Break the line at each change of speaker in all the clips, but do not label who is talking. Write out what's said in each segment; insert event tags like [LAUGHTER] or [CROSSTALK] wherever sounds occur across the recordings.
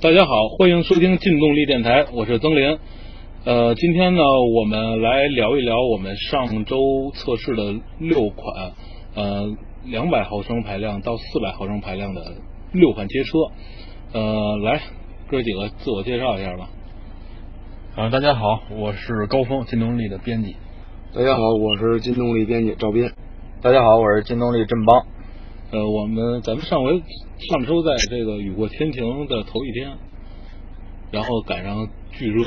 大家好，欢迎收听劲动力电台，我是曾林。呃，今天呢，我们来聊一聊我们上周测试的六款，呃，两百毫升排量到四百毫升排量的六款街车。呃，来，哥几个自我介绍一下吧。
啊，大家好，我是高峰，劲动力的编辑。
大家好，我是金动力编辑赵斌。
大家好，我是劲动力振邦。
呃，我们咱们上回上周在这个雨过天晴的头一天，然后赶上巨热，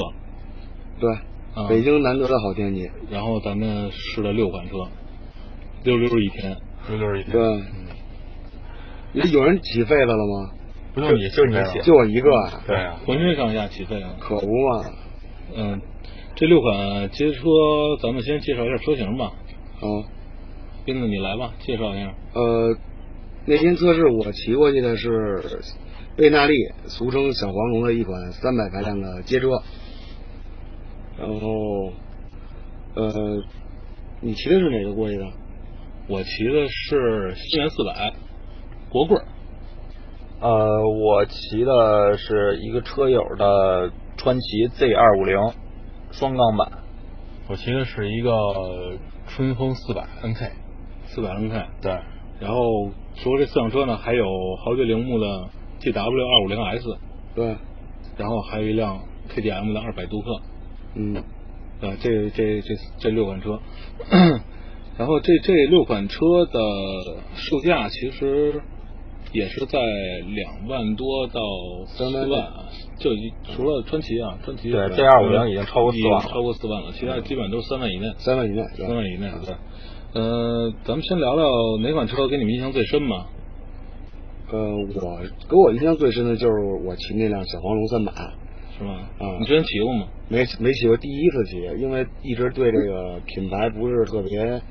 对，
嗯
啊
北京难得的好天气。
然后咱们试了六款车，溜溜一天。
溜溜一天，
嗯
对，有有人起痱子了吗？
不就你，就你写
就我一个啊，
对啊，
浑身上下起飞啊！
可不嘛。
嗯，这六款街车，咱们先介绍一下车型吧。
哦，
斌子，你来吧，介绍一下。
呃，那天测试我骑过去的是贝纳利，俗称小黄龙的一款三百排量的街车。然后，呃，你骑的是哪个过去的？
我骑的是西源四百国棍儿，
呃，我骑的是一个车友的川崎 Z 二五零双缸版。
我骑的是一个春风四百 NK，
四百 NK。
对，
然后除了这四辆车呢，还有豪爵铃木的 GW 二五零 S，
对，
然后还有一辆 KTM 的二百杜克。
嗯，
呃，这这这这六款车，然后这这六款车的售价其实也是在两万多到
三万
四万啊，就一除了川崎啊，川崎
对
这
Z250 已经超过4万了
超过四万了，其他基本都是三万以内，
三万以内。对
三万以内。啊对，呃，咱们先聊聊哪款车给你们印象最深吧。
呃，我给我印象最深的就是我骑那辆小黄龙三百，
是吧？
嗯
你之前骑过吗？
没没骑过，第一次骑，因为一直对这个品牌不是特别，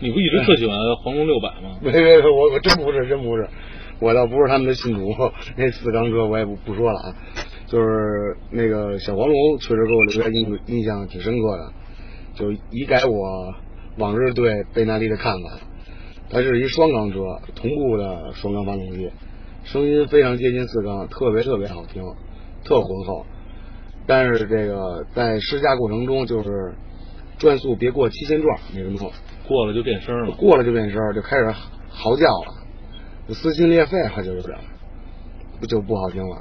你不一
嗯
直特喜欢黄龙六百吗？
[LAUGHS] 没没没，我我真不是真不是，我倒不是他们的信徒，那四缸车我也不不说了啊，就是那个小黄龙确实给我留下印印象挺深刻的，就以改我往日对贝纳利的看法，它是一双缸车，同步的双缸发动机，声音非常接近四缸，特别特别好听，特浑厚。但是这个在试驾过程中，就是转速别过七千转每分钟，
过了就变声了。
过了就变声儿，就开始嚎叫了，就撕心裂肺，它就有点儿，就不好听了。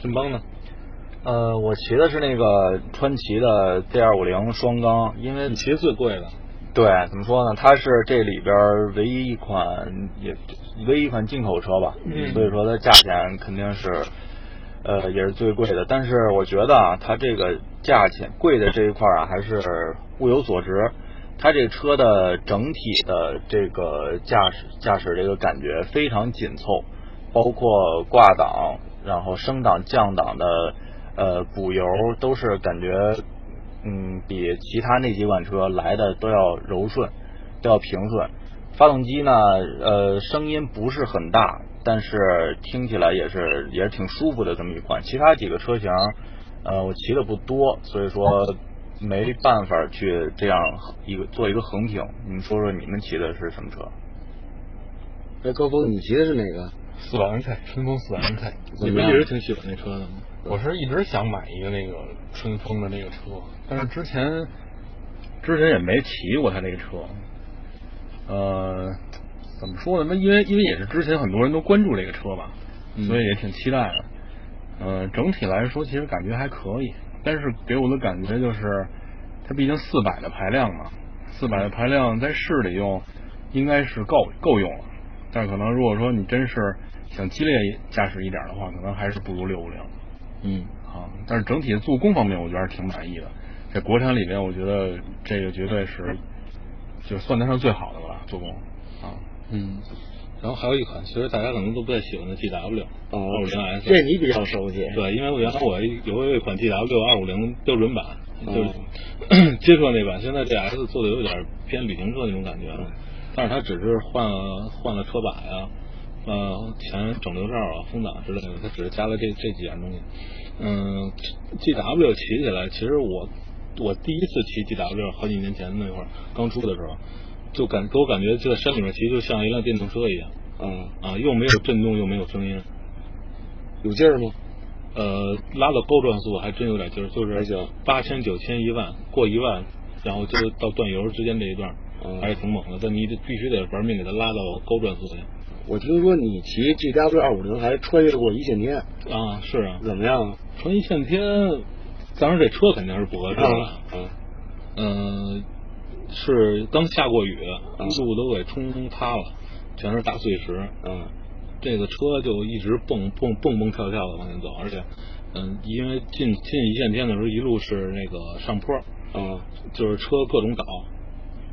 振邦呢？
呃，我骑的是那个川崎的 Z 二五零双缸，因为
你骑最贵的，
对怎么说呢，它是这里边儿唯一一款也唯一一款进口车吧，
嗯
所以说它价钱肯定是呃也是最贵的。但是我觉得啊，它这个价钱贵的这一块儿啊，还是物有所值。它这车的整体的这个驾驶驾驶这个感觉非常紧凑，包括挂档，然后升档降档的呃补油都是感觉嗯比其他那几款车来的都要柔顺，都要平顺。发动机呢，呃，声音不是很大，但是听起来也是也是挺舒服的这么一款。其他几个车型，呃，我骑的不多，所以说没办法去这样一个做一个横评。你们说说你们骑的是什么车？
哎，高峰，你骑的是哪个？
四百 NK，春风四百 NK。
你不一直挺喜欢那车的吗？
我是一直想买一个那个春风的那个车，但是之前之前也没骑过他那个车。呃，怎么说呢？因为因为也是之前很多人都关注这个车吧，
嗯
所以也挺期待的。呃，整体来说其实感觉还可以，但是给我的感觉就是，它毕竟四百的排量嘛，四百的排量在市里用应该是够够用了，但是可能如果说你真是想激烈驾驶一点的话，可能还是不如六五零。
嗯，
啊，但是整体做工方面，我觉得还是挺满意的。在国产里面，我觉得这个绝对是就算得上最好的了吧，做工啊。
嗯，然后还有一款，其实大家可能都不太喜欢的 GW
哦
二五零 S，
这你比较熟悉。
对，因为我原来我有过一款 GW 二五零标准版，
哦
就是、 [CLEARS THROAT] 接触那版，现在这 S 做的有点偏旅行车那种感觉了，但是它只是换了换了车把呀、呃前整流罩啊、风挡之类的，它只是加了这这几样东西。嗯，GW 骑起来，其实我我第一次骑 GW 好几年前那会儿刚出的时候，就感给我感觉就在山里面骑就像一辆电动车一样
啊，
啊，又没有震动又没有声音，
有劲儿吗？
呃，拉到高转速还真有点劲儿，就
还
是
行
八千、九千、一万，过一万，然后就是到断油之间这一段，
嗯
还是挺猛的。但你得必须得玩命给它拉到高转速去
我听说你骑 GW 二五零还穿越过一线天，
啊！是啊，
怎么样？
穿一线天，当然这车肯定是不合适了。
嗯，
嗯，是刚下过雨，
嗯
路都给冲塌了，全是大碎石。
嗯，
这个车就一直蹦蹦蹦蹦跳跳的往前走，而且，嗯，因为进进一线天的时候，一路是那个上坡，
嗯，
就是车各种倒，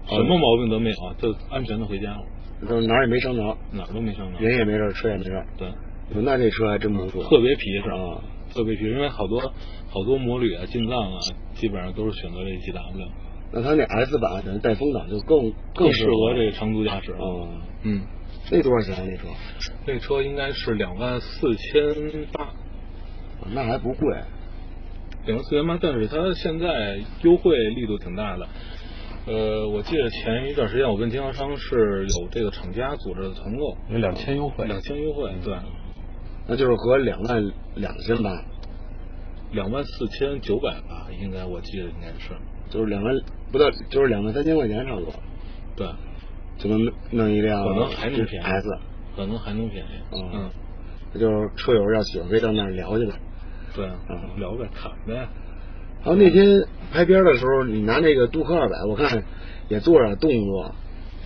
什么毛病都没有，就安全的回家了，
就是哪儿也没伤着，
哪儿都没伤着。
人也没事儿，车也没事儿。
对，
那这车还真不错，
特别皮实，
啊，
特别皮实，因为好多好多摩旅啊、进藏啊，基本上都是选择这 GW，
那它那 S 版等于带风挡就更
更适
适
合这
这
个长途驾驶。
嗯，
嗯，
那多少钱啊？那车？
这车应该是两万四千八，
啊那还不贵。
两万四千八，但是它现在优惠力度挺大的。呃，我记得前一段时间我跟经销商是有这个厂家组织的团购，
有两千优惠，
两千优惠，对，
那就是合两万两千八，
两万四千九百八，应该我记得应该是，
就是两万不到，就是两万三千块钱差不多，
对，
就能弄一辆
可能还能便宜
S，
可能还能便宜，
嗯
嗯，
那就是车友要喜欢可以到那儿聊去呗。
对
嗯，
聊呗，砍呗，
然后那天拍片儿的时候，你拿那个杜克二百，我看也做点动作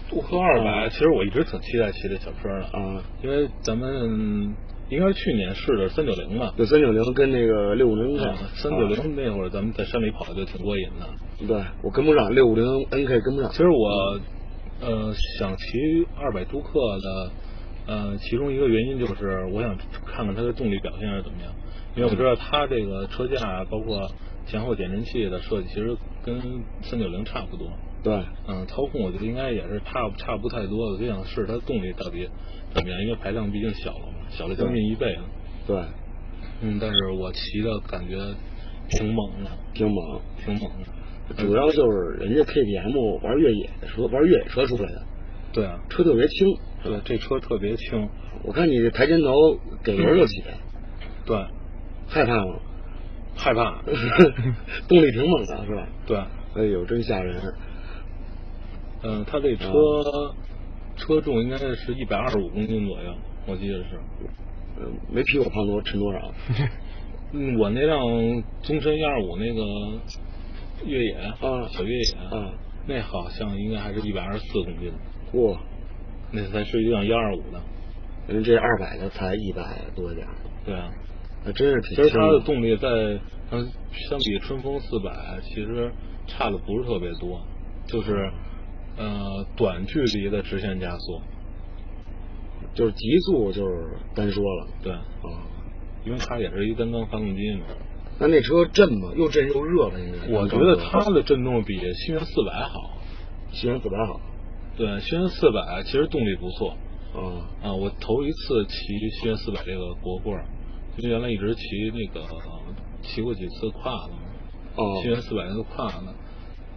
杜克二百，其实我一直挺期待骑这小车的，
啊，
因为咱们应该是去年试的三九零吧，
就三九零跟那个六五零 N K，
啊三九零那会儿咱们在山里跑就挺过瘾的。
对我跟不上，六五零 N K 跟不上
其，实我呃想骑二百杜克的，呃，其中一个原因就是我想看看它的动力表现是怎么样，因为我知道它这个车架包括前后减震器的设计，其实跟三九零差不多。
对，
嗯，操控我觉得应该也是差不差不太多的，我就想试试它动力到底怎么样，因为排量毕竟小了嘛，小了将近一倍啊。
对，
嗯，但是我骑的感觉挺猛的，
挺猛。
挺猛的。
主要就是人家 KTM 玩越野的时候，玩越野车出来的，
对啊，
车特别轻。
对，啊这车特别轻，
我看你抬肩头给油就起，
对，
害怕
[LAUGHS]
吗？
害怕，
动力挺猛的，是吧？
[LAUGHS] 对，
哎呦，真吓人！
嗯，它这车、嗯车重应该是一百二十五公斤左右，我记得是。
呃没比我胖多，沉
[LAUGHS]
多少？
嗯，我那辆宗申一二五那个越野，
啊
小越野，
啊，
那好像应该还是一百二十四公斤，
嚯，
那才是一辆幺二五的。
人家这二百的才一百多点儿，
对啊，
那真是
其
挺
实
轻
它的
的。
动力在嗯相比春风四百，其实差的不是特别多，就是呃短距离的直线加速，
就是极速就是单说了
对，
啊。
因为它也是一单缸发动机嘛。
那那车震吗？又震又热吧？应该。
我觉得它的震动比新源四百好。
性能四百好
对，新源四百其实动力不错
啊。
啊。我头一次骑新源四百这个国棍儿，因为原来一直骑那个啊骑过几次胯子嘛，
哦
新源四百那个胯子，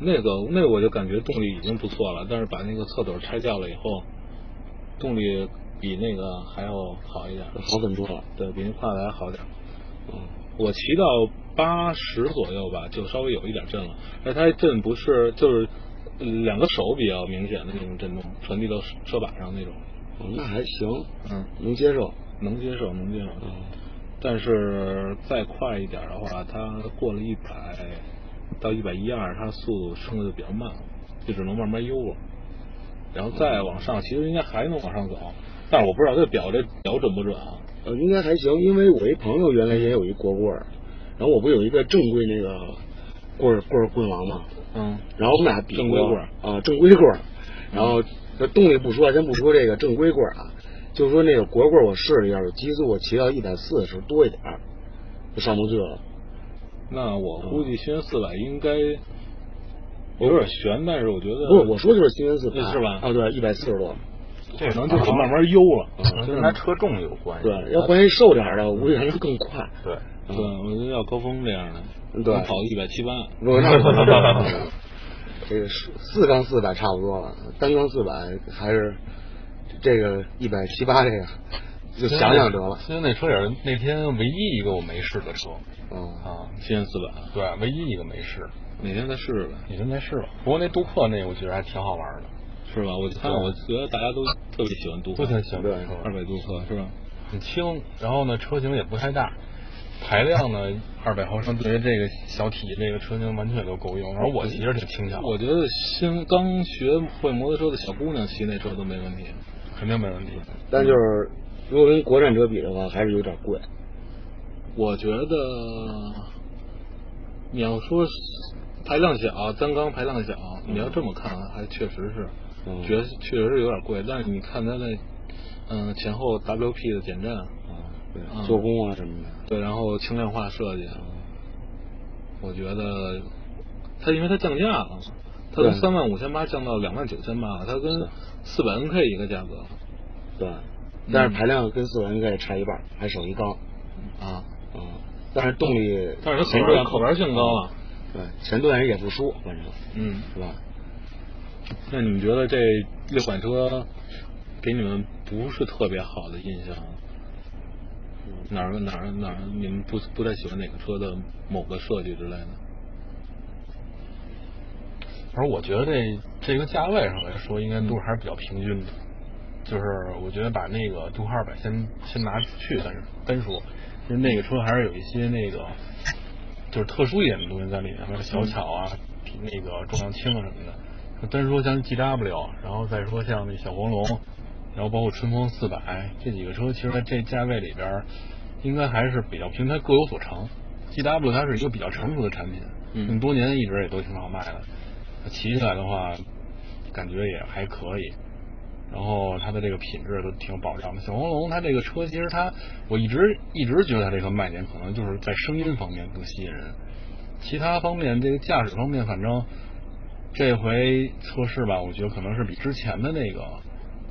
那个那个我就感觉动力已经不错了，但是把那个侧斗拆掉了以后，动力比那个还要好一点，
好很多了。
对比那胯子还好点儿。
嗯
我骑到八十左右吧，就稍微有一点震了，而它震不是就是呃两个手比较明显的那种震动，传递到车把上那种，
哦那还行，
嗯，
能接受。
能接受，能接受。
嗯
但是再快一点的话，它过了一百到一百一二，它速度升的就比较慢了，就只能慢慢悠了。然后再往上，其实应该还能往上走，但是我不知道这表这表准不准啊？
呃，应该还行，因为我一朋友原来也有一国棍儿，然后我不有一个正规那个棍儿棍儿棍王嘛，
嗯，
然后我们俩比过
正规棍儿
啊，正规棍儿，然后这动力不说，先不说这个正规棍儿啊，就说那个国棍儿我试了一下，极速我骑到一百四的时候多一点儿，就上不去了。
那我估计新四百应该有点悬，但是我觉得
不是我说就是新源四百
是吧
啊，对，一百四十多。
这
可能
就
就是慢啊慢悠了。
跟它车重有关系。
对，要换一瘦点儿的，我估计还能更快。
对，
对，我觉得要高峰这样的，
对
能跑一百七八，
我那不能这个是四缸四百差不多了，单缸四百还是这个一百七八这个就想想得了。
其实那车也是那天唯一一个我没试的车
嗯，
啊，
七千四百，
对，唯一一个没试。
哪天再试试呗，
你现在试了，不过那杜克那我觉得还挺好玩的，
是吧？我看我觉得大家都特别喜欢杜
都
克，
挺喜欢这
对
车
二百杜克是吧？
很轻，然后呢车型也不太大，排量呢二百毫升，对于这个小体这个车型完全就够用。然后我骑着挺轻巧的，
我觉得新刚学会摩托车的小姑娘骑那车都没问题。
肯定没问题。
但就是如果跟国产车比的话，还是有点贵。
我觉得你要说排量小，单缸排量小，你要这么看，还确实是，
嗯
确确实是有点贵。但是你看它那，嗯、前后 WP 的减震，
啊，对，
嗯
做工啊什么的，
对，然后轻量化设
嗯
计，我觉得它因为它降价了，它从
对
三万五千八降到两万九千八了，它跟四百 NK 一个价格
对。
嗯
但是排量跟四百 N 也差一半，还省一缸。
啊，
嗯，但是动力，
但是它可玩可玩性高啊。
对，前段也不输，反正
嗯，
是吧？
那你们觉得这六款车给你们不是特别好的印象？哪儿哪儿哪儿？你们不不太喜欢哪个车的某个设计之类的？
而我觉得这这个价位上来说，应该都还是比较平均的。就是我觉得把那个杜克二百先先拿去单单说，就是那个车还是有一些那个就是特殊一点的东西在里面，比如小巧啊、那个重量轻啊什么的。单说像 GW，然后再说像那小黄龙，然后包括春风四百这几个车，其实在这价位里边儿应该还是比较平，它各有所长。GW 它是一个比较成熟的产品，
嗯
多年一直也都挺好卖的。骑起来的话，感觉也还可以。然后它的这个品质都挺有保障的。小黄龙它这个车，其实它我一直一直觉得它这个卖点可能就是在声音方面更吸引人，其他方面这个驾驶方面，反正这回测试吧，我觉得可能是比之前的那个，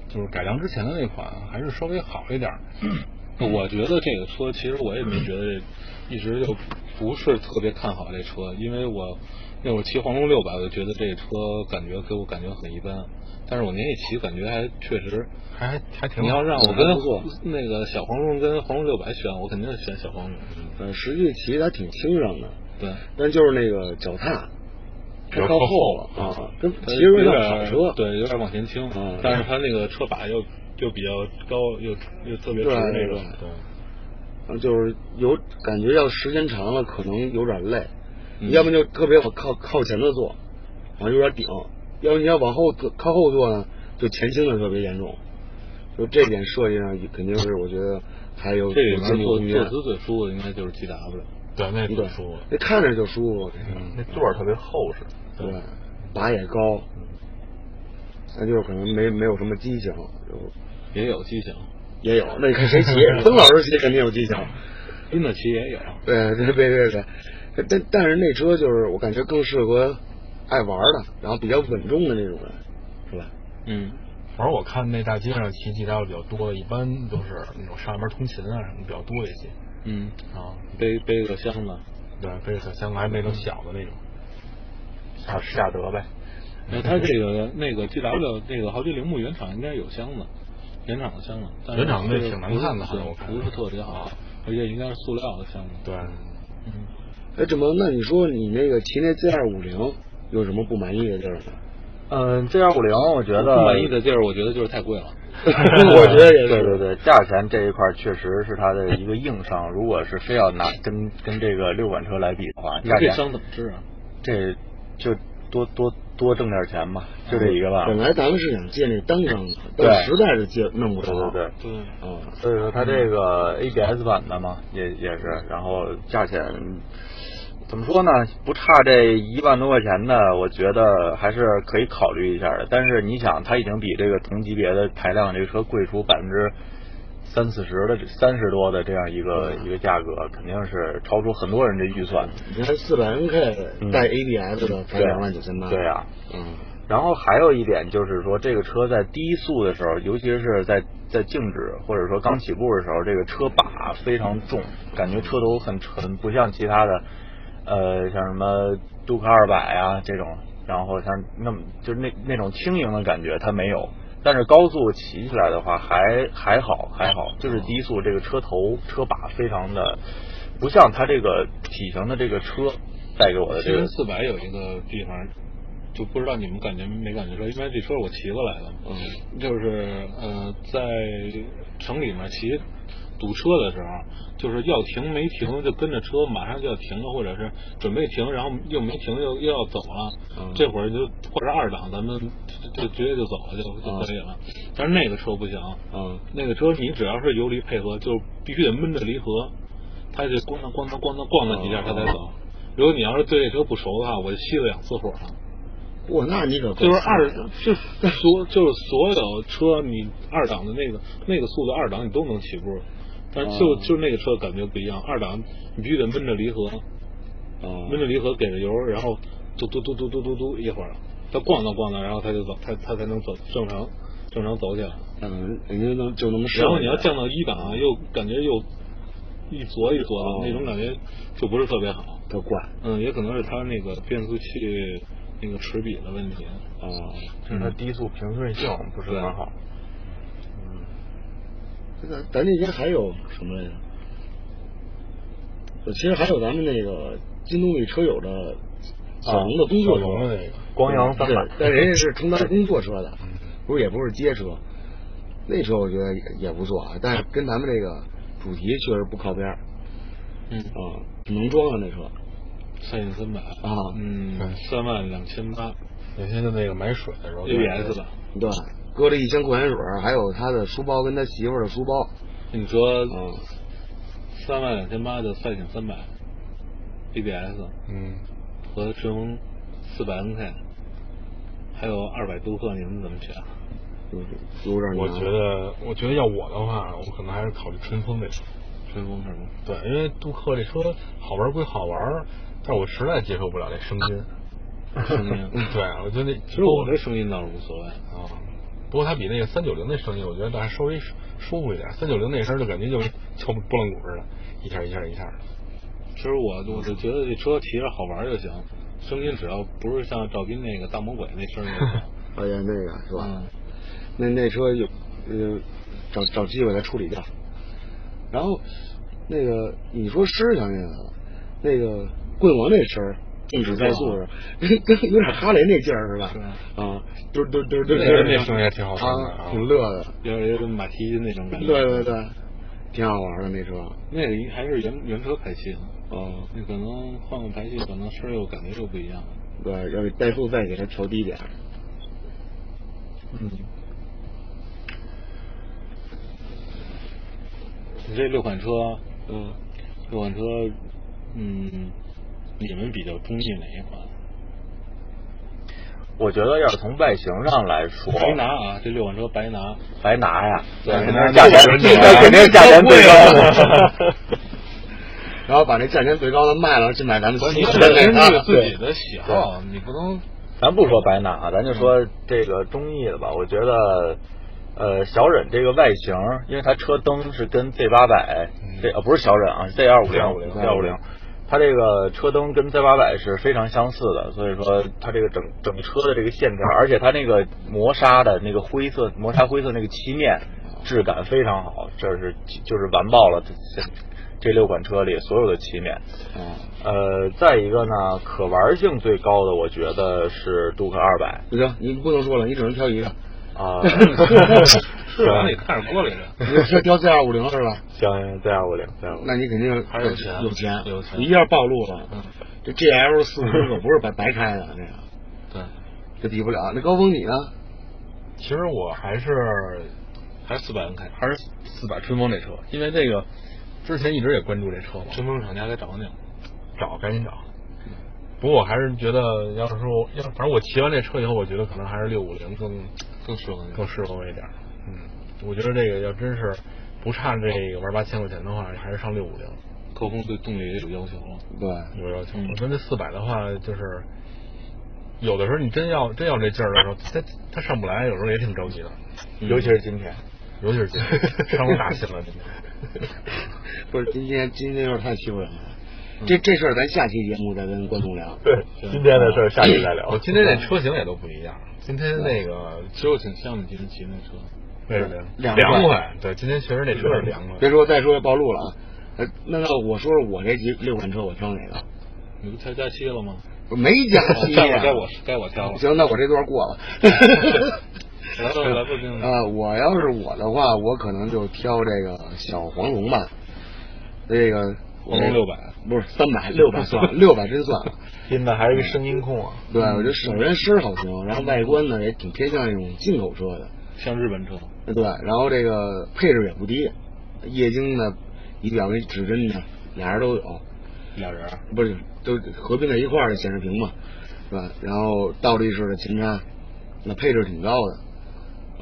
就是改良之前的那款还是稍微好一
[CLEARS THROAT]
点儿。
我觉得这个车，其实我也没觉得这，一直就不是特别看好这车，因为我那会儿骑黄龙六百，我就觉得这车感觉给我感觉很一般，但是我年一骑感觉还确实，
还还挺好
你要让我
不错
跟那个小黄龙跟黄龙六百选，我肯定是选小黄龙，
呃，实际骑的还挺轻省的，
对。
但就是那个脚踏
比较
太靠
靠
后了
后
啊，跟
它
骑着有
有
点
点
跑车，
对，有点往前倾，
嗯
但是它那个车把又又比较高，又又特别直
对
那种，
对啊就是有感觉要时间长了可能有点累，
嗯
要么就特别往靠靠前的坐，啊有点顶，要么你要往后坐靠后坐呢，就前倾的特别严重，就这点设计上肯定是我觉得还有
这里
有
面
进步
坐
空间
坐，姿最舒服的应该就是 G W，
对，那
对
挺舒服。
那看着就舒服，
嗯，
那座儿特别厚实。
对，把也高，那就是可能没没有什么激情，就
也有机型，
也有。那你看
[LAUGHS]
谁骑？曾老师骑肯定有激情。
真的骑也有，
对对对对对，但但是那车就是我感觉更适合爱玩的，然后比较稳重的那种人，是吧？
嗯，
反正我看那大街上骑 GW 比较多，一般都是那种上班通勤啊什么比较多一些
嗯，
啊。
背背个箱子，
对，背着小箱子还那种小的那种。啊
下下德呗，
呃它这个那个 G W 那个豪爵铃木原厂应该有箱子，原厂的箱子，但是
原厂那
不是
挺难看的好像我看啊
不是特别好，而且应该是塑料的箱子，
对，
嗯，
哎，怎么？那你说你那个骑那 Z 二五零有什么不满意的地儿吗？
嗯，G 二五零，我觉
不
得
满意 [LAUGHS] 的地儿，我觉得就是太贵了，
我觉得也
[LAUGHS] 对对
是，
对，价钱这一块儿确实是它的一个硬伤。如果是非要拿跟跟这个六款车来比的话，
你
价
这
钱
伤怎么治啊？
这就多多多挣点钱吧，就这一个吧。
本来咱们是想借那单缸的，
对
但实在是借弄不着。
对对对，
对，
啊，
所以说它这个 ABS 版的嘛，也也是，然后价钱怎么说呢？不差这一万多块钱的，我觉得还是可以考虑一下的。但是你想，它已经比这个同级别的排量这个车贵出百分之三四十的三十多的这样一个一个价格，肯定是超出很多人的预算。
你看四百 NK
嗯
带 ABS 的才
对
两万九千八。
对啊呀、
嗯，
然后还有一点就是说，这个车在低速的时候，尤其是在在静止或者说刚起步的时候，这个车把非常重，感觉车头很沉，不像其他的，呃，像什么杜克二百啊这种，然后像那么就是那那种轻盈的感觉它没有，但是高速骑起来的话还还好还好，就是低速这个车头车把非常的不像它这个体型的这个车带给我的
七
呃这个
零四百有一个地方，就不知道你们感觉没感觉说，因为这车我骑过来的，嗯，就是呃，在城里面骑堵车的时候，就是要停没停就跟着车马上就要停了，或者是准备停，然后又没停又又要走了，
嗯
这会儿就或者二档咱们就就直接就走了就就可以了，但是那个车不行，
嗯
那个车你只要是游离配合，就必须得闷着离合，它就咣当咣当咣当咣当几下它才走。如果你要是对这车不熟的话，我就熄了两次火了。
哇，那你可够
就是二
刺激的，
[LAUGHS] 就是所就是所有车你二档的那个那个速度二档你都能起步，但是就、
哦
就那个车感觉不一样，二档你必须得闷着离合，
哦
闷着离合给着油，然后嘟嘟嘟嘟嘟嘟嘟一会儿，它咣当咣当，然后它就走，它它才能走正常正常走起来。
嗯，人家能就能
然后你要降到一档，啊又感觉又一撮一撮的、那种感觉，就不是特别好。
特怪
嗯，也可能是它那个变速器那个齿比的问题。啊
哦。
就是它低速平顺性不是很好。
咱咱那天还有什么来着？就其实还有咱们那个京东里车友的小龙的工作车，
小龙的那个
光阳三百
对但人家是充当工作车的，不是也不是街车。那车我觉得也也不错啊，但是跟咱们这个主题确实不靠边儿
嗯，
啊，挺能装啊那车
三千三百
啊，
嗯，三万两千八
那天就那个买水的
哦
时候
，ABS 的。
对，搁了一箱矿泉水，还有他的书包跟他媳妇儿的书包，
你说
嗯，
三万两千八的赛景三百，ABS
嗯，
和顺风四百 NK，还有二百杜克，你们怎么选？
就是有点难。
我觉得，我觉得要我的话，我可能还是考虑春风这车。
顺风是吗？
[LAUGHS]
对，因为杜克这车好玩归好玩，但我实在接受不了那声音。
声音
嗯
对，我觉得
其实我这声音倒是无所谓。
啊，不过它比那个三九零那声音，我觉得还稍微舒舒服一点。三九零那声就感觉就跟敲拨浪鼓似的，一下一下一下的。
其实我我就觉得这车骑着好玩就行，声音只要不是像赵斌那个大魔鬼那声音就行。
发现哎那个是吧？
嗯
那那车有呃找找机会来处理掉。然后那个你说诗想起来了，那个棍王那声儿静止怠速是吧， [LAUGHS] 跟跟有点哈雷那劲儿是吧
是？
啊，嘟嘟嘟嘟，
那个那声音也挺好听的
啊，挺乐的，
有点有点马蹄音那种感觉。
对对对，挺好玩的那车。
那个一还是原原车排气呢，
哦，
那可能换个排气，可能声儿又感觉又不一样了。
对，要给怠速再给它调低点儿。
嗯。你这六款车，
嗯，
六款车，嗯，你们比较中意哪一款？
我觉得要是从外形上来说，
白
嗯
拿啊，这六款车白拿。
白拿呀，
对
肯定是价钱，
拿
肯定是价钱最
[LAUGHS]
高的。
然后把那价钱最高的卖了，去买咱们
你
新
只
[LAUGHS] 的那
根据
个。
自己的喜好，你不能
咱不说白拿啊，咱就说这个中意的吧。我觉得，呃，小忍这个外形，因为它车灯是跟 Z 八百这呃不是小忍啊，Z 二五零嗯 Z 二五零，它这个车灯跟 Z 八百是非常相似的，所以说它这个整整车的这个线条，而且它那个磨砂的那个灰色磨砂灰色那个漆面质感非常好，这是就是完爆了这这六款车里所有的漆面。
啊，
呃，再一个呢，可玩性最高的，我觉得是杜克二百
不行，你不能说了，你只能挑一个。
啊，
是往里看着锅里的。
你是挑 Z 二五零是吧？ [LAUGHS]
行，Z 二五零，Z 二五零，
那你肯定
还是有钱
有钱，
有钱嗯
你一下暴露了。这 GL 四十可不是白白开的，这个
对，
这抵不了。那高峰你呢？
其实我还是
还是四百 NK。
还是四百春风这车，因为这个之前一直也关注这车嘛，
春风厂家该找你了。
找赶紧找。不过我还是觉得，要是说，要是反正我骑完这车以后，我觉得可能还是六五零更
更适合你。
更适合我一点儿。嗯，我觉得这个要真是不差这个万八千块钱的话，还是上六五零
高峰对动力也有要求了。
对，
有要求。
嗯
我觉得四百的话，就是有的时候你真要真要这劲儿的时候，它它上不来，有时候也挺着急的，嗯
尤其是今天，
尤其是今天上了大新了今天。
不是今天今天有点太欺负人了。这这事儿咱下期节目再跟观众聊。
[LAUGHS] 对，今天的事儿下期再聊。
我今天这车型也都不一样，今天那个
其实我挺羡慕今天骑那车，
为什么呀？
凉快
凉快，对，今天确实那车是凉快。
别说再说就暴露了啊。呃，那那我说说我这几六款车我挑哪个？
你不才加期了
[LAUGHS]
吗？
我没 [LAUGHS] 讲
哦
期
该我
呀。
该我该我挑了。
行，那我这段 [LAUGHS] 过了。
来吧来吧，丁
啊、我要是我的话，我可能就挑这个小黄龙吧。这个呃
黄龙600
不是三百六百算了，嗯六百真算了。
拼的还是一个声音控啊，
对，我觉得首先声儿好听，然后外观呢也挺偏向那种进口车的。
像日本车，
对，然后这个配置也不低，液晶呢仪表跟指针呢俩人都有，
俩人儿，
不是都合并在一块儿的显示屏嘛，是吧？然后倒立式的前叉，那配置挺高的，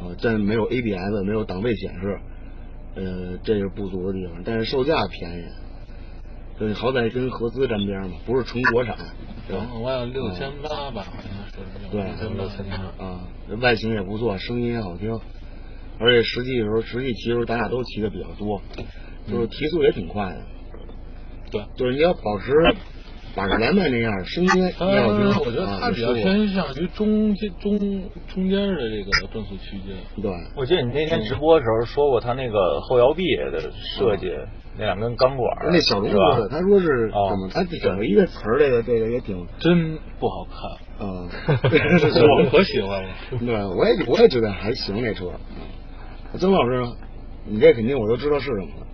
呃，但没有 ABS，没有档位显示，呃，这是不足的地方。但是售价便宜，嗯，好歹跟合资沾边儿嘛，不是纯国产，对吧
然？后我要六千八吧，好像是
对
六千八。
啊，外形也不错，声音也好听，而且实际的时候，实际骑的时候，咱俩都骑的比较多，就是提速也挺快的。
嗯对
就是你要保持把克莱曼那样，声音也
它
好听，
哎我觉得它
啊
比较。
也舒
偏向于中间中中间的这个转速区间。
服对，
我记得你那天直播的时候说过，它那个后摇臂的设计，那两根钢管儿，
那小龙
是
说的，
吧？
他说是
哦
怎么，他整了一个词儿，这个这个也挺，
真不好 [LAUGHS] 看，
嗯，
我可喜欢 [LAUGHS] 了。
[LAUGHS] 对，我也我也觉得还行这车。嗯曾老师呢，你这肯定我都知道是什么了。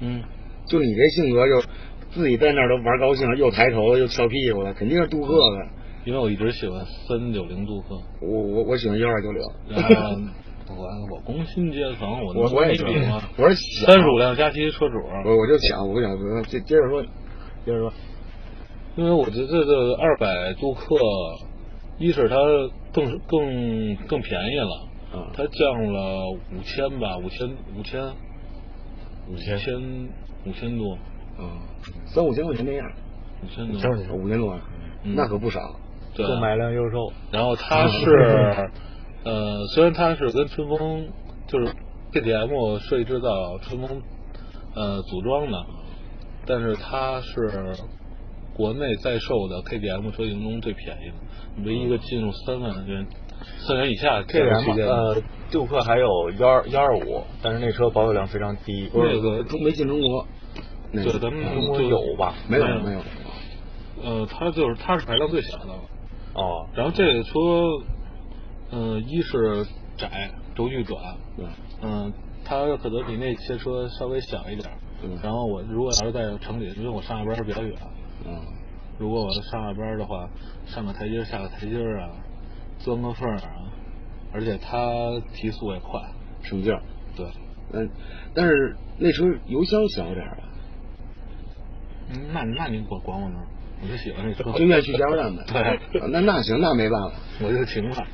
嗯，
就你这性格，就自己在那儿都玩高兴了，又抬头了，又翘屁股了，肯定是杜克的。
因为我一直喜欢三九零杜克，
我我我喜欢幺二九六，
然 [LAUGHS] 后我我工薪阶层，我嗯
我我也
喜
喜
欢 [LAUGHS]
欢。。我是想
三十五辆佳琦车主，
我我就想，我想说，接接着说，接着说，
因为我觉得这个二百杜克，一是它更更更便宜了，
啊
它降了五千吧，五千五千
五
五千五千多，
啊，三五千块钱那样，
五千多。
五千多，
嗯
那可不少。
对，啊
购买辆优售，
然后它啊是，呃，虽然它是跟春风就是 KTM 设计制造春风呃组装的，但是它是国内在售的 KTM 车型中最便宜的，唯一一个进入三万元三元以下
这
个
两
区
款
间的。
呃，杜克还有幺二幺二五，但是那车保有量非常低，
不是那个
中没进中国，那
对，
个
咱们嗯
啊
中国
就
有吧
没有
没有
没有，
呃，它就是它是排量最小的，
哦，
然后这个车，呃，一是窄，轴距短，
对，
嗯，它可能比那些车稍微小一点儿。
嗯
然后我如果要是在城里，因为我上下班儿比较远，
啊，
如果我上下班儿的话，上个台阶儿下个台阶儿啊，钻个缝儿啊，而且它提速也快，
省劲儿。
对，
嗯，但是那车油箱小点儿啊吧，
嗯那那你管管我呢？我就喜欢这车，
就愿意去加油站呗。
[LAUGHS] 对
啊那那行，那没办法。 [LAUGHS]
我就勤快。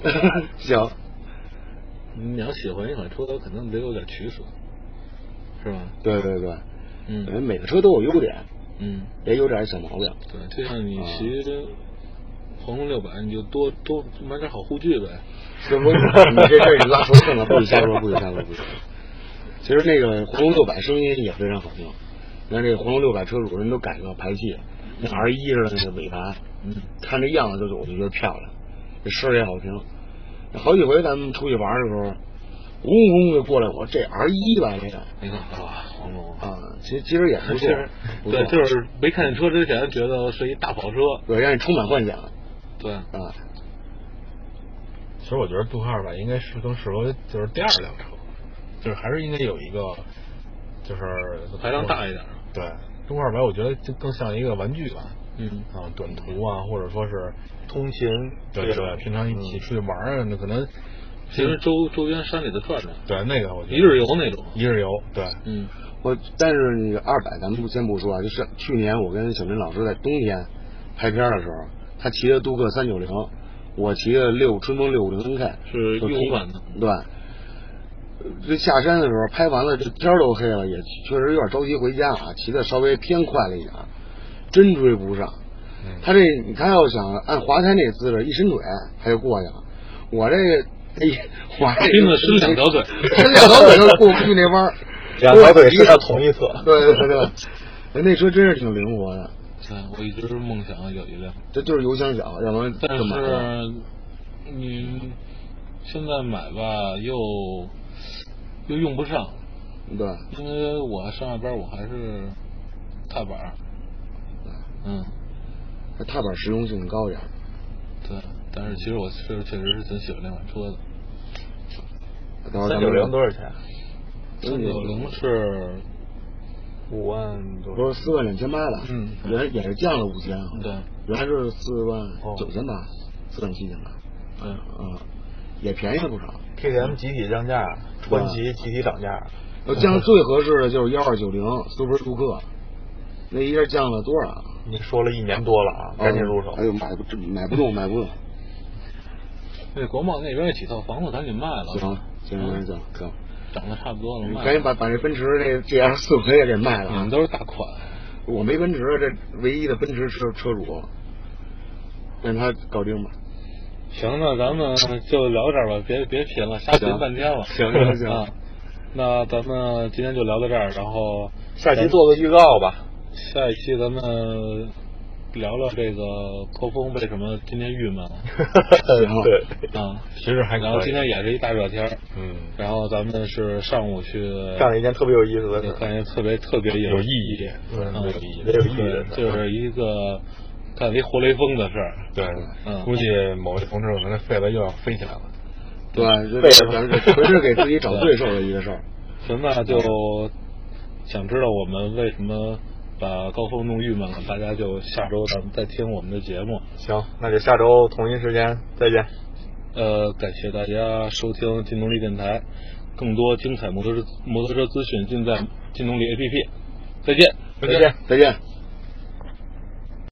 行，
你要喜欢一款车，肯定得有点取舍，是吧？
对对对，感觉
嗯
每个车都有优点，
嗯。
也有点小毛病。
对，就像你骑黄龙六百，你就多多买点好护具呗。
这不，你这事儿你拉仇恨了，不许瞎说，不许瞎说，不许瞎说。其实那个黄龙六百声音也非常好听，你看这个黄龙六百车主人都改个排气，那 R 一似的那个尾盘，
嗯，
看这样子就是我就觉得漂亮，这声儿也好听。好几回咱们出去玩的时候，嗡嗡就过来我这 R 一吧这个
你看啊，黄龙，
啊，其实其实也不
其
错
实，
不
对，
错，
就是没看见车之前觉得是一大跑车，
对让你充满幻想
对，
啊。
其实我觉得杜克二百应该是更适合就是第二辆车，就是还是应该有一个就是
排量大一点。
对，杜克二百我觉得就更像一个玩具吧，
嗯，
啊，短途啊，或者说是
通勤
对对，平常一
嗯
起出去玩儿啊，那可能
其实周周边山里的转转，
对那个我觉得
一日游那种。
一日游，对，
嗯，
我但是那个二百咱们不先不说啊，就是去年我跟小明老师在冬天拍片儿的时候，他骑的杜克三九零，我骑的六春风六五零 K，
是运动版的。
对，呃这下山的时候拍完了，这天儿都黑了，也确实有点着急回家啊，骑的稍微偏快了一点儿，真追不上。
嗯
他这你看要想按滑胎那姿势，一伸腿他就过去了，我这个。哎呀，我这
拼了伸两条腿
伸两条腿就过不去那弯儿，
两条腿伸到同一侧
哎对对对对，那车真是挺灵活的，
猜，我一直梦想有一辆，
这就是油箱小，要不然
但
就买了。
是你现在买吧又又用不上，
对，
因为我上下班我还是踏板儿，嗯，
这踏板实用性高一点。
对，但是其实我确确实是挺喜欢那款车的，
等会儿
三
咱
九
们
零多少钱？
三九零是
五万多。
不是四万两千八了，
嗯
原也是降了五千啊，
对，
原来是四万
哦
九千八，四万七千八，
对
嗯，也便宜了不少。
KTM 集体降价，川
嗯
崎集体涨价，
呃降最合适的就是幺二九零 Super 速克，那一下降了多少啊？
你说了一年多了啊，赶紧入手
嗯
哎。呦，买不这买不动，买不
[LAUGHS]
动。
那国贸那边有几套房子赶紧卖了，
行，行行行行，
涨得差不多了，卖了
赶紧把把这奔驰这 GL 四五也给卖了
你们
啊！
都是大款，
我没奔驰，这唯一的奔驰车车主，让他搞定吧。
行，那咱们就聊这儿吧，别别贫了，瞎贫半天了。
行行行
啊，那咱们今天就聊到这儿，然后
下期做个预告吧。
下一期咱们聊聊这个科峰为什么今天郁闷
[LAUGHS]
了
对，
啊。
其实还
然后
可
今
以。
天也是一大热天儿，
嗯，
然后咱们是上午去
干了一件特别有意思的事
对，
儿。
感觉特别特别有
有意义
嗯，
嗯有意义
对
有意义的事儿
就是一个干了一活雷锋的事儿，
对，
嗯
估计某位同志可能肺子又要飞起来了。
对吧？这这咱这纯是给自己找罪受的一个事儿。
行，那就想知道我们为什么把高峰弄郁闷了，大家就下周咱们再听我们的节目。
行，那就下周同一时间再见。
呃，感谢大家收听金动力电台，更多精彩摩托车摩托车资讯尽在金动力 APP。再见。
再见。
再见。